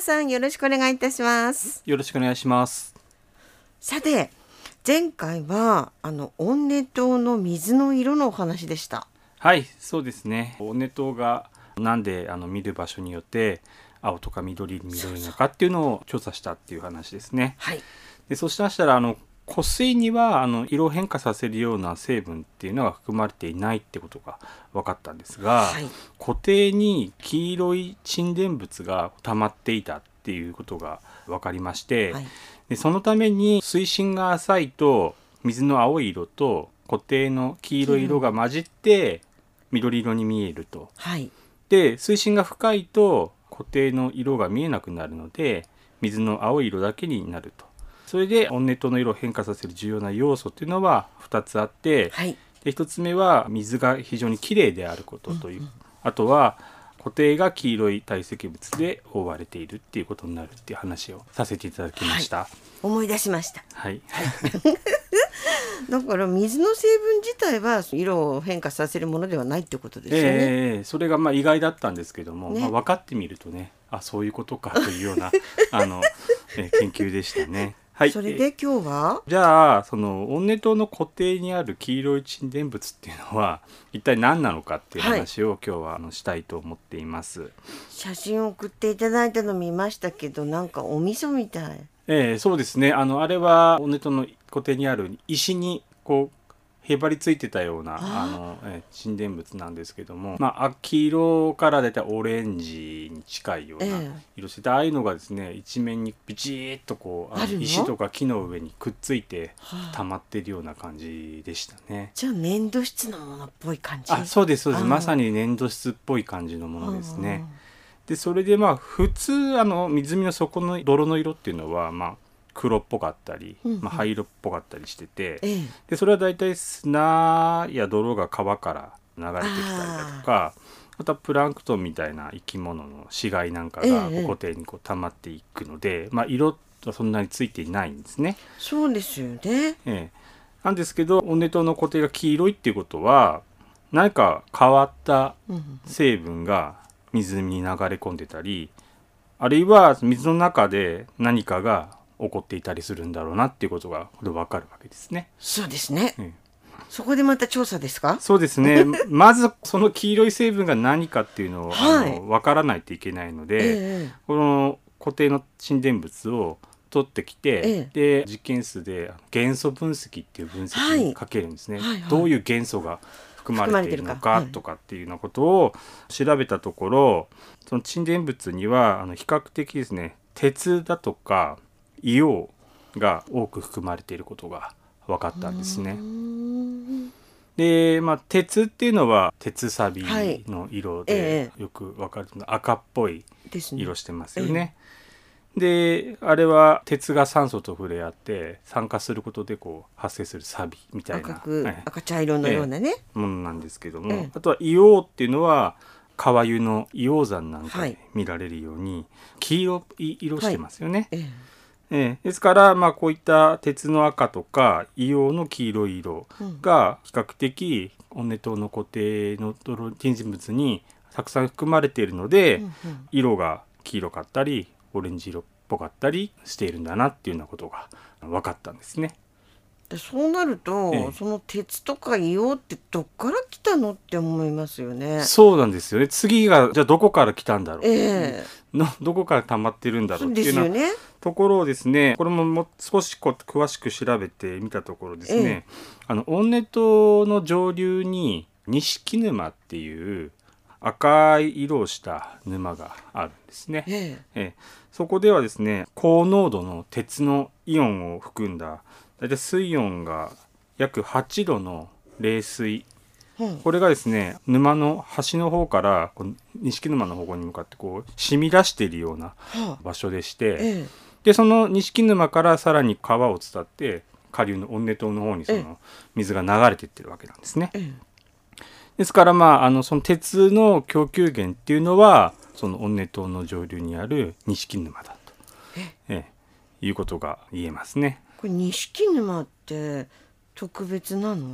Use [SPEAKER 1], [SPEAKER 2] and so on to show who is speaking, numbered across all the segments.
[SPEAKER 1] さんよろしくお願いいたします
[SPEAKER 2] よろしくお願いします。
[SPEAKER 1] さて前回はあのオンネ島の水の色のお話でした
[SPEAKER 2] はい、そうですね。オネ島がなんであの見る場所によって青とか緑に緑なのかっていうのを調査したっていう話ですね。
[SPEAKER 1] はい
[SPEAKER 2] で、そうしましたらあの湖水にはあの色を変化させるような成分っていうのが含まれていないってことが分かったんですが、
[SPEAKER 1] はい
[SPEAKER 2] 湖底に黄色い沈殿物が溜まっていたっていうことが分かりまして、
[SPEAKER 1] はい
[SPEAKER 2] でそのために水深が浅いと水の青い色と固定の黄色い色が混じって緑色に見えると。
[SPEAKER 1] はい
[SPEAKER 2] で水深が深いと固定の色が見えなくなるので水の青い色だけになると。それでオンネットの色を変化させる重要な要素っていうのは2つあって、
[SPEAKER 1] はい
[SPEAKER 2] で1つ目は水が非常にきれいであることという、あとは固定が黄色い堆積物で覆われているっていうことになるっていう話をさせていただきました。
[SPEAKER 1] 思い出しました
[SPEAKER 2] はい、
[SPEAKER 1] だから水の成分自体は色を変化させるものではないってことですよね、
[SPEAKER 2] ええそれがまあ意外だったんですけども、
[SPEAKER 1] ね
[SPEAKER 2] まあ、分かってみるとねあそういうこと かというようなあの、えー研究でしたね。 はい、
[SPEAKER 1] それ
[SPEAKER 2] えー
[SPEAKER 1] で今日は
[SPEAKER 2] じゃあそのオンネ島の湖底にある黄色い沈殿物っていうのは一体何なのかっていう話を今日はあのしたいと思っています。
[SPEAKER 1] 写真を送っていただいたの見ましたけどなんかお味噌みたい
[SPEAKER 2] ええそうですねあのあれはオンネ島の湖底にある石にこうへばりついてたようなあの、ええ沈殿物なんですけども、まあ、あ黄色からだいたいオレンジに近いような
[SPEAKER 1] ええ
[SPEAKER 2] 色してて、ああいうのがですね一面にビチーッとこうあの
[SPEAKER 1] あるの
[SPEAKER 2] 石とか木の上にくっついて
[SPEAKER 1] はあ
[SPEAKER 2] 溜まってるような感じでしたね。
[SPEAKER 1] じゃあ粘土質のものっぽい感じ
[SPEAKER 2] あそうですそうです
[SPEAKER 1] あー
[SPEAKER 2] まさに粘土質っぽい感じのものですね。
[SPEAKER 1] うん
[SPEAKER 2] でそれでまあ普通あの湖の底の泥の色っていうのはまあ黒っぽかったり、
[SPEAKER 1] うんうん
[SPEAKER 2] まあ、灰色っぽかったりしてて、
[SPEAKER 1] ええ
[SPEAKER 2] でそれは大体砂や泥が川から流れてきたりだとかあとはプランクトンみたいな生き物の死骸なんかがこう
[SPEAKER 1] ええ
[SPEAKER 2] 固定にこう溜まっていくので、まあ、色はそんなについていないんですね。
[SPEAKER 1] そうですよね
[SPEAKER 2] ええ、なんですけどオンネトの固定が黄色いっていうことは何か変わった
[SPEAKER 1] うん
[SPEAKER 2] 成分が湖に流れ込んでたりあるいは水の中で何かが起こっていたりするんだろうなっていうことがこれ分かるわけですね。
[SPEAKER 1] そうですね
[SPEAKER 2] ええ
[SPEAKER 1] そこでまた調査ですか
[SPEAKER 2] そうで すねまずその黄色い成分が何かっていうのを、
[SPEAKER 1] はい
[SPEAKER 2] あの分からないといけないの
[SPEAKER 1] え
[SPEAKER 2] で、
[SPEAKER 1] え
[SPEAKER 2] この固定の沈殿物を取ってきて、で実験室で元素分析っていう分析
[SPEAKER 1] は
[SPEAKER 2] に
[SPEAKER 1] い
[SPEAKER 2] かけるんですね、
[SPEAKER 1] はいはい
[SPEAKER 2] どういう元素が含まれているの
[SPEAKER 1] 含まれて
[SPEAKER 2] か
[SPEAKER 1] るか
[SPEAKER 2] とかっていうようなことを調べたところ、その沈殿物にはあの比較的ですね鉄だとか硫黄が多く含まれていることが分かったんですね。
[SPEAKER 1] うーん
[SPEAKER 2] で、まあ、鉄っていうのは鉄サビ
[SPEAKER 1] はい
[SPEAKER 2] の色
[SPEAKER 1] え
[SPEAKER 2] でよくわかる、赤っぽい
[SPEAKER 1] ですね
[SPEAKER 2] 色してますよね。であれは鉄が酸素と触れ合って酸化することでこう発生するサビみたい
[SPEAKER 1] 赤
[SPEAKER 2] な、
[SPEAKER 1] く
[SPEAKER 2] はい
[SPEAKER 1] 赤茶色のようなね、
[SPEAKER 2] ものなんですけども、
[SPEAKER 1] ええ
[SPEAKER 2] あとは硫黄っていうのは川湯の硫黄山なんか
[SPEAKER 1] はい
[SPEAKER 2] で見られるように黄色い色してますよね。
[SPEAKER 1] ええ
[SPEAKER 2] ええ、ですから、まあ、こういった鉄の赤とか硫黄の黄色い色が比較的オンネ島の固定の泥人物にたくさん含まれているので、
[SPEAKER 1] うん
[SPEAKER 2] 色が黄色かったりオレンジ色っぽかったりしているんだなっていうようなことが分かったんですね。
[SPEAKER 1] でそうなると、
[SPEAKER 2] ええ
[SPEAKER 1] その鉄とか硫黄ってどっから来たのって思いますよね。
[SPEAKER 2] そうなんですよね次がじゃあどこから来たんだろう、
[SPEAKER 1] ええ
[SPEAKER 2] のどこから溜まってるんだろ
[SPEAKER 1] そうう
[SPEAKER 2] って
[SPEAKER 1] で
[SPEAKER 2] いう
[SPEAKER 1] す
[SPEAKER 2] の
[SPEAKER 1] よ
[SPEAKER 2] は
[SPEAKER 1] ね。
[SPEAKER 2] ところをですねこれももう少しこう詳しく調べてみたところですね、あのオンネ島の上流に錦沼っていう赤い色をした沼があるんですね。
[SPEAKER 1] え
[SPEAKER 2] ええそこではですね高濃度の鉄のイオンを含んだ大体水温が約8度の冷水
[SPEAKER 1] えうん
[SPEAKER 2] これがですね沼の端の方からこう錦沼の方向に向かってこう染み出しているよう
[SPEAKER 1] は
[SPEAKER 2] な
[SPEAKER 1] あ
[SPEAKER 2] 場所でして、
[SPEAKER 1] ええ
[SPEAKER 2] でその錦沼からさらに川を伝って下流のオンネ島の方にそ
[SPEAKER 1] ええ
[SPEAKER 2] の水が流れていってるわけなんですね。
[SPEAKER 1] ええ
[SPEAKER 2] ですからまああのその鉄の供給源っていうのはそのオンネ島の上流にある錦沼だと、ええいうことが言えますね。
[SPEAKER 1] これ錦沼って特別なの？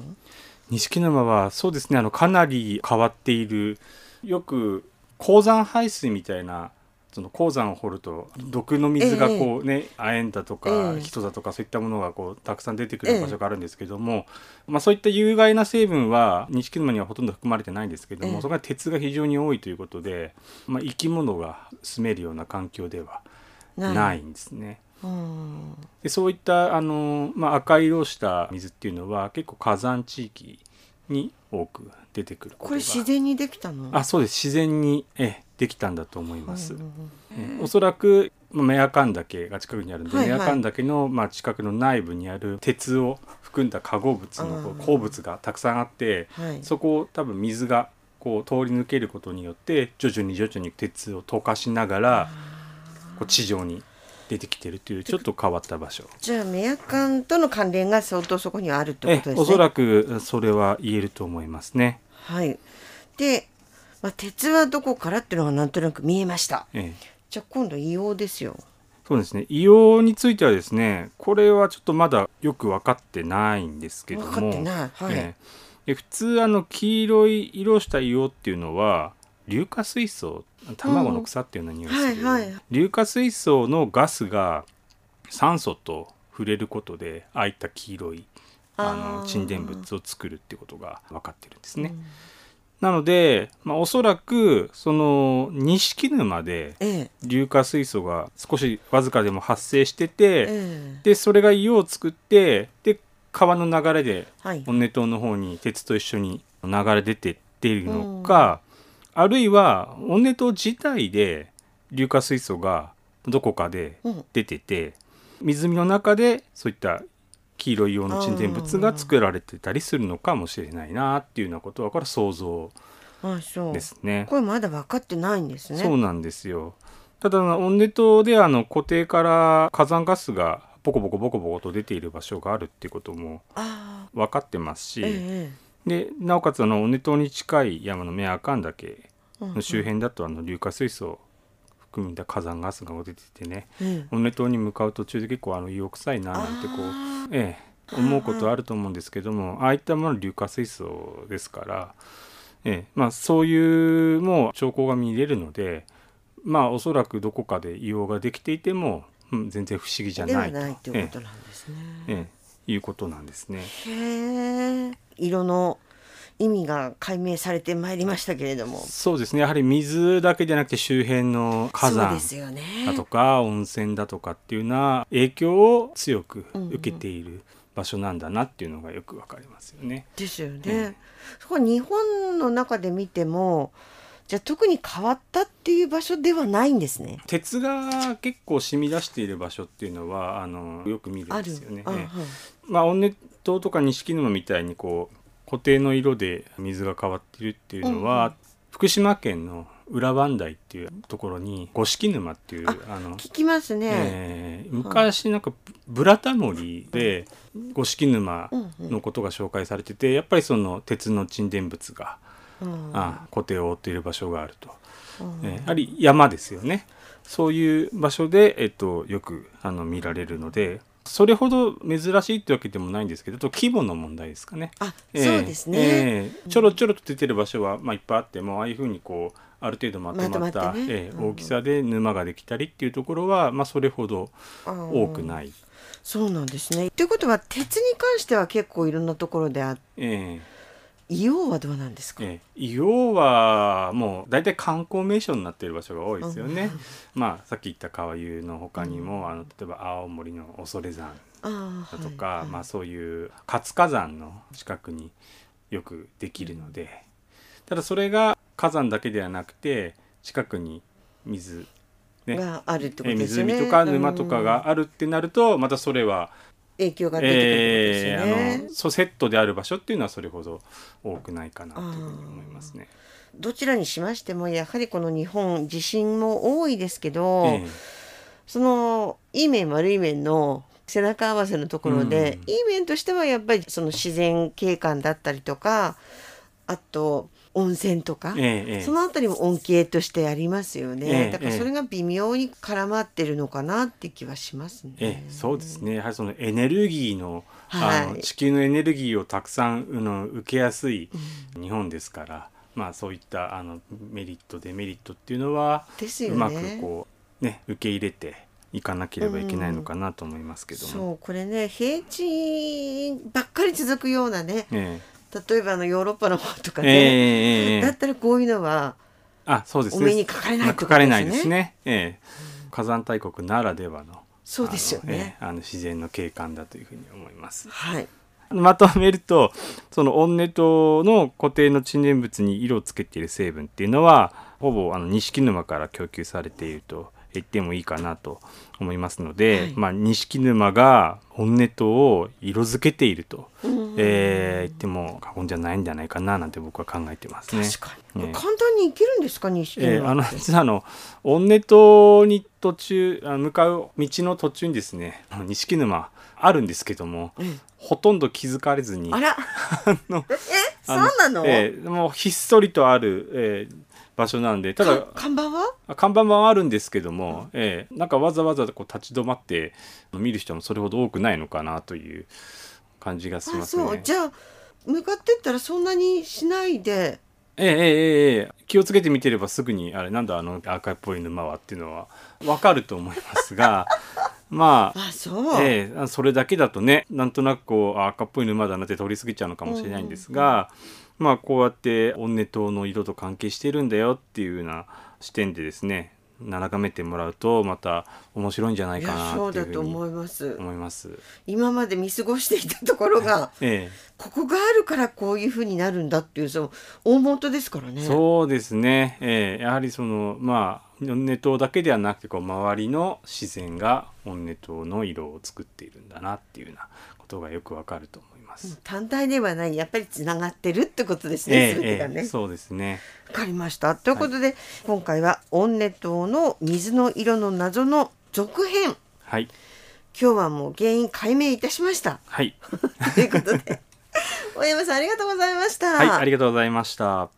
[SPEAKER 2] 錦沼はそうですねあのかなり変わっているよく鉱山排水みたいなその鉱山を掘ると毒の水がこうね、亜鉛だとか
[SPEAKER 1] ええ
[SPEAKER 2] 人だとかそういったものがこうたくさん出てくる場所があるんですけども、まあ、そういった有害な成分は錦沼にはほとんど含まれてないんですけども、
[SPEAKER 1] ええ
[SPEAKER 2] そこが鉄が非常に多いということで、まあ、生き物が住めるような環境ではないんですね。
[SPEAKER 1] うん
[SPEAKER 2] でそういったあの、まあ、赤色をした水っていうのは結構火山地域に多く出てくるこ
[SPEAKER 1] ことれ
[SPEAKER 2] が
[SPEAKER 1] 自然にできたの
[SPEAKER 2] あそうです自然にええできたんだと思います。
[SPEAKER 1] うん
[SPEAKER 2] えおそらくまあメアカン岳が近くにあるんで、
[SPEAKER 1] はいはい
[SPEAKER 2] メアカン岳の、まあ、近くの内部にある鉄を含んだ化合物のこう
[SPEAKER 1] あー
[SPEAKER 2] 鉱物がたくさんあって
[SPEAKER 1] はい、
[SPEAKER 2] そこを多分水がこう通り抜けることによって徐々に徐々に鉄を溶かしながらこう地上に出てきてるというちょっと変わった場所。
[SPEAKER 1] じゃあメアカンとの関連が相当そこにはあるってことです
[SPEAKER 2] え
[SPEAKER 1] ね。
[SPEAKER 2] おそらくそれは言えると思いますね。
[SPEAKER 1] はい。で、まあ、鉄はどこからっていうのがなんとなく見えました。
[SPEAKER 2] ええ
[SPEAKER 1] じゃあ今度硫黄ですよ。
[SPEAKER 2] そうですね硫黄についてはですねこれはちょっとまだよく分かってないんですけども
[SPEAKER 1] 分かってないはい
[SPEAKER 2] ええで普通あの黄色い色をした硫黄っていうのは硫化水素卵の草っていうような匂いする、
[SPEAKER 1] うんはいはい
[SPEAKER 2] 硫化水素のガスが酸素と触れることでああいった黄色いあ
[SPEAKER 1] あ
[SPEAKER 2] の
[SPEAKER 1] ー
[SPEAKER 2] 沈殿物を作るってことが分かってるんですね。なので、まあ、おそらくその錦沼で
[SPEAKER 1] ええ
[SPEAKER 2] 硫化水素が少しわずかでも発生してて、
[SPEAKER 1] ええ
[SPEAKER 2] でそれが硫黄を作ってで川の流れで
[SPEAKER 1] はい。
[SPEAKER 2] 本音島の方に鉄と一緒に流れ出てっているのか、あるいは本音島自体で硫化水素がどこかで
[SPEAKER 1] うん
[SPEAKER 2] 出てて、湖の中でそういった黄色い硫黄の沈殿物が作られてたりするのかもしれないなっていうようなことはこれは想像
[SPEAKER 1] あそう。
[SPEAKER 2] ですね。
[SPEAKER 1] これまだ分かってないんですね。
[SPEAKER 2] そうなんですよ。ただ、オンネ島であの湖底から火山ガスがボコボコボコボコと出ている場所があるっていうことも
[SPEAKER 1] ああ。
[SPEAKER 2] 分かってますし、
[SPEAKER 1] ええ
[SPEAKER 2] でなおかつあのオンネ島に近い山のメアカン岳
[SPEAKER 1] ええ
[SPEAKER 2] の周辺だとあの硫化水素を含んだ火山ガスが出ててね、
[SPEAKER 1] うんうん
[SPEAKER 2] オンネ島に向かう途中で結構あの硫黄臭いななんてこう
[SPEAKER 1] あ
[SPEAKER 2] ええ、思うことあると思うんですけどもああいったものは硫化水素ですから、ええまあ、そういうもう兆候が見れるのでまあおそらくどこかで硫黄ができていても、うん、全然不思議じゃ
[SPEAKER 1] ーで
[SPEAKER 2] な
[SPEAKER 1] はい
[SPEAKER 2] と
[SPEAKER 1] ないということなんですね。
[SPEAKER 2] ええええいうことなんですね。
[SPEAKER 1] へえ。色の意味が解明されてまいりましたけれども。
[SPEAKER 2] そうですねやはり水だけじゃなくて周辺の火
[SPEAKER 1] そう
[SPEAKER 2] 山
[SPEAKER 1] ですよね。
[SPEAKER 2] だとか温泉だとかっていうような影響を強く
[SPEAKER 1] うんうん
[SPEAKER 2] 受けている場所なんだなっていうのがよくわかりますよね。
[SPEAKER 1] ですよね。
[SPEAKER 2] ええ
[SPEAKER 1] そこは日本の中で見てもじゃあ特に変わったっていう場所ではないんですね。
[SPEAKER 2] 鉄が結構染み出している場所っていうのはあのよく見る
[SPEAKER 1] あ
[SPEAKER 2] ん
[SPEAKER 1] る
[SPEAKER 2] ですよね。
[SPEAKER 1] あはい
[SPEAKER 2] まあ、温熱島とか錦沼みたいにこう固定の色で水が変わってるっていうのは、
[SPEAKER 1] うん
[SPEAKER 2] 福島県の浦磐台っていうところに五色沼っていう
[SPEAKER 1] あ
[SPEAKER 2] あの、
[SPEAKER 1] 聞きますね。
[SPEAKER 2] えー昔なんか「ブラタモリ」で五色沼
[SPEAKER 1] うんうん
[SPEAKER 2] のことが紹介されててやっぱりその鉄の沈殿物が、
[SPEAKER 1] うん
[SPEAKER 2] あ固定を覆っている場所があると。
[SPEAKER 1] うん
[SPEAKER 2] えーやはり山ですよねそういう場所で、えっと、よくあの見られるのでそれほど珍しいってわけでもないんですけどちょっと規模の問題ですかね。
[SPEAKER 1] あ、
[SPEAKER 2] えー
[SPEAKER 1] そうですね。
[SPEAKER 2] えーちょろちょろと出てる場所は、まあ、いっぱいあってもああいうふうにこうある程度まとまった
[SPEAKER 1] まとまってね
[SPEAKER 2] えー
[SPEAKER 1] うん
[SPEAKER 2] 大きさで沼ができたりっていうところは、まあ、それほど多
[SPEAKER 1] 多。
[SPEAKER 2] くないい。
[SPEAKER 1] そうなんですね。ということは鉄に関しては結構いろんなところであって
[SPEAKER 2] えー
[SPEAKER 1] 硫黄はどうなんですか。
[SPEAKER 2] ええ、硫黄はもう大体観光名所になっている場所が多いですよね。まあさっき言った川湯の他にも、あの例えば青森の恐山
[SPEAKER 1] ああ
[SPEAKER 2] だとか、
[SPEAKER 1] はい
[SPEAKER 2] まあそういう活火山の近くによくできるので、ただそれが火山だけではなくて近くに水ね
[SPEAKER 1] があるってこと
[SPEAKER 2] え
[SPEAKER 1] ですよね。
[SPEAKER 2] 湖とか沼とか
[SPEAKER 1] うん
[SPEAKER 2] があるってなると、またそれは
[SPEAKER 1] 影響が出てくる
[SPEAKER 2] え
[SPEAKER 1] ってことです
[SPEAKER 2] え
[SPEAKER 1] よ
[SPEAKER 2] あ
[SPEAKER 1] ね
[SPEAKER 2] の。そうセットである場所っていうのはそれほど多くないかなというふうに思いますね。
[SPEAKER 1] どちらにしましてもやはりこの日本地震も多いですけど、
[SPEAKER 2] ええ
[SPEAKER 1] そのいい面悪い面の背中合わせのところで、
[SPEAKER 2] うん
[SPEAKER 1] いい面としてはやっぱりその自然景観だったりとかあと温泉とか、
[SPEAKER 2] ええええ
[SPEAKER 1] そのあたりも恩恵としてありますよね、
[SPEAKER 2] ええ
[SPEAKER 1] だからそれが微妙に絡まってるのかなって気はしますね。
[SPEAKER 2] ええそうですねやはりそのエネルギーの,、あ
[SPEAKER 1] は
[SPEAKER 2] の
[SPEAKER 1] い
[SPEAKER 2] 地球のエネルギーをたくさんあの受けやすい日本ですから、まあ、そういったあのメリットデメリットっていうのは
[SPEAKER 1] ですよ
[SPEAKER 2] う
[SPEAKER 1] ね
[SPEAKER 2] まくこうね受け入れていかなければいけないのかなと思いますけども。
[SPEAKER 1] そうこれね平地ばっかり続くようなね
[SPEAKER 2] え
[SPEAKER 1] 例えばあのヨーロッパの方とか
[SPEAKER 2] ええ
[SPEAKER 1] ね、
[SPEAKER 2] ええええ
[SPEAKER 1] だったらこういうのは
[SPEAKER 2] あそうですね
[SPEAKER 1] お目にかかれないってことですね
[SPEAKER 2] かかれないですね、ええ、火山大国ならではの
[SPEAKER 1] そうですよね。
[SPEAKER 2] あのええあの自然の景観だというふうに思います
[SPEAKER 1] はい
[SPEAKER 2] まとめるとそのオンネトの固定の沈殿物に色をつけている成分っていうのはほぼあの錦沼から供給されていると言ってもいいかなと思いますので、
[SPEAKER 1] はい
[SPEAKER 2] まあ、錦沼がオンネトを色づけていると、えー言っても過言じゃないんじゃないかななんて僕は考えてますね。
[SPEAKER 1] 確かに、
[SPEAKER 2] ね
[SPEAKER 1] これ簡単にいけるんですか錦
[SPEAKER 2] え
[SPEAKER 1] 鯉
[SPEAKER 2] ーあの実はあのオンネトに途中あ向かう道の途中にですねあの錦沼あるんですけども、ほとんど気づかれずに
[SPEAKER 1] あら
[SPEAKER 2] の
[SPEAKER 1] えそう
[SPEAKER 2] あ
[SPEAKER 1] なの、
[SPEAKER 2] えーもうひっそりとある、えー場所なんでただ
[SPEAKER 1] か看板は
[SPEAKER 2] 看板はあるんですけども、えーなんかわざわざこう立ち止まって見る人もそれほど多くないのかなという感じがし
[SPEAKER 1] あ
[SPEAKER 2] ます
[SPEAKER 1] そう
[SPEAKER 2] ね。
[SPEAKER 1] じゃあ向かってったらそんなにしないで
[SPEAKER 2] ええええええ気をつけて見てればすぐにあれなんだあの赤いっぽい沼はっていうのはわかると思いますが まあ
[SPEAKER 1] あそう、
[SPEAKER 2] ええそれだけだとねなんとなくこうあ赤っぽい沼だなって通り過ぎちゃうのかもしれないんですが、まあこうやってオンネ島の色と関係してるんだよっていうような視点でですね眺めてもらうとまた面白いんじゃない
[SPEAKER 1] い
[SPEAKER 2] か
[SPEAKER 1] や
[SPEAKER 2] な
[SPEAKER 1] そ
[SPEAKER 2] っ
[SPEAKER 1] う
[SPEAKER 2] ていう
[SPEAKER 1] だ
[SPEAKER 2] ふ
[SPEAKER 1] と
[SPEAKER 2] うに
[SPEAKER 1] 思います
[SPEAKER 2] 思います。
[SPEAKER 1] 今まで見過ごしていたところ が
[SPEAKER 2] ええ
[SPEAKER 1] ここがあるからこういうふうになるんだっていうその大元ですからね
[SPEAKER 2] そうですね、ええやはりそのまあオンネ島だけではなくてこう周りの自然がオンネ島の色を作っているんだなっていうようなことがよくわかると思います。
[SPEAKER 1] 単体ではないやっぱりつながってるってことですね、全てがね、
[SPEAKER 2] ええそうですね。
[SPEAKER 1] わかりました。ということで、今回はオンネ島の水の色の謎の続編。
[SPEAKER 2] はい
[SPEAKER 1] 今日はもう原因解明いたしました。
[SPEAKER 2] はい
[SPEAKER 1] ということで、大山さんありがとうございました。
[SPEAKER 2] はいありがとうございました。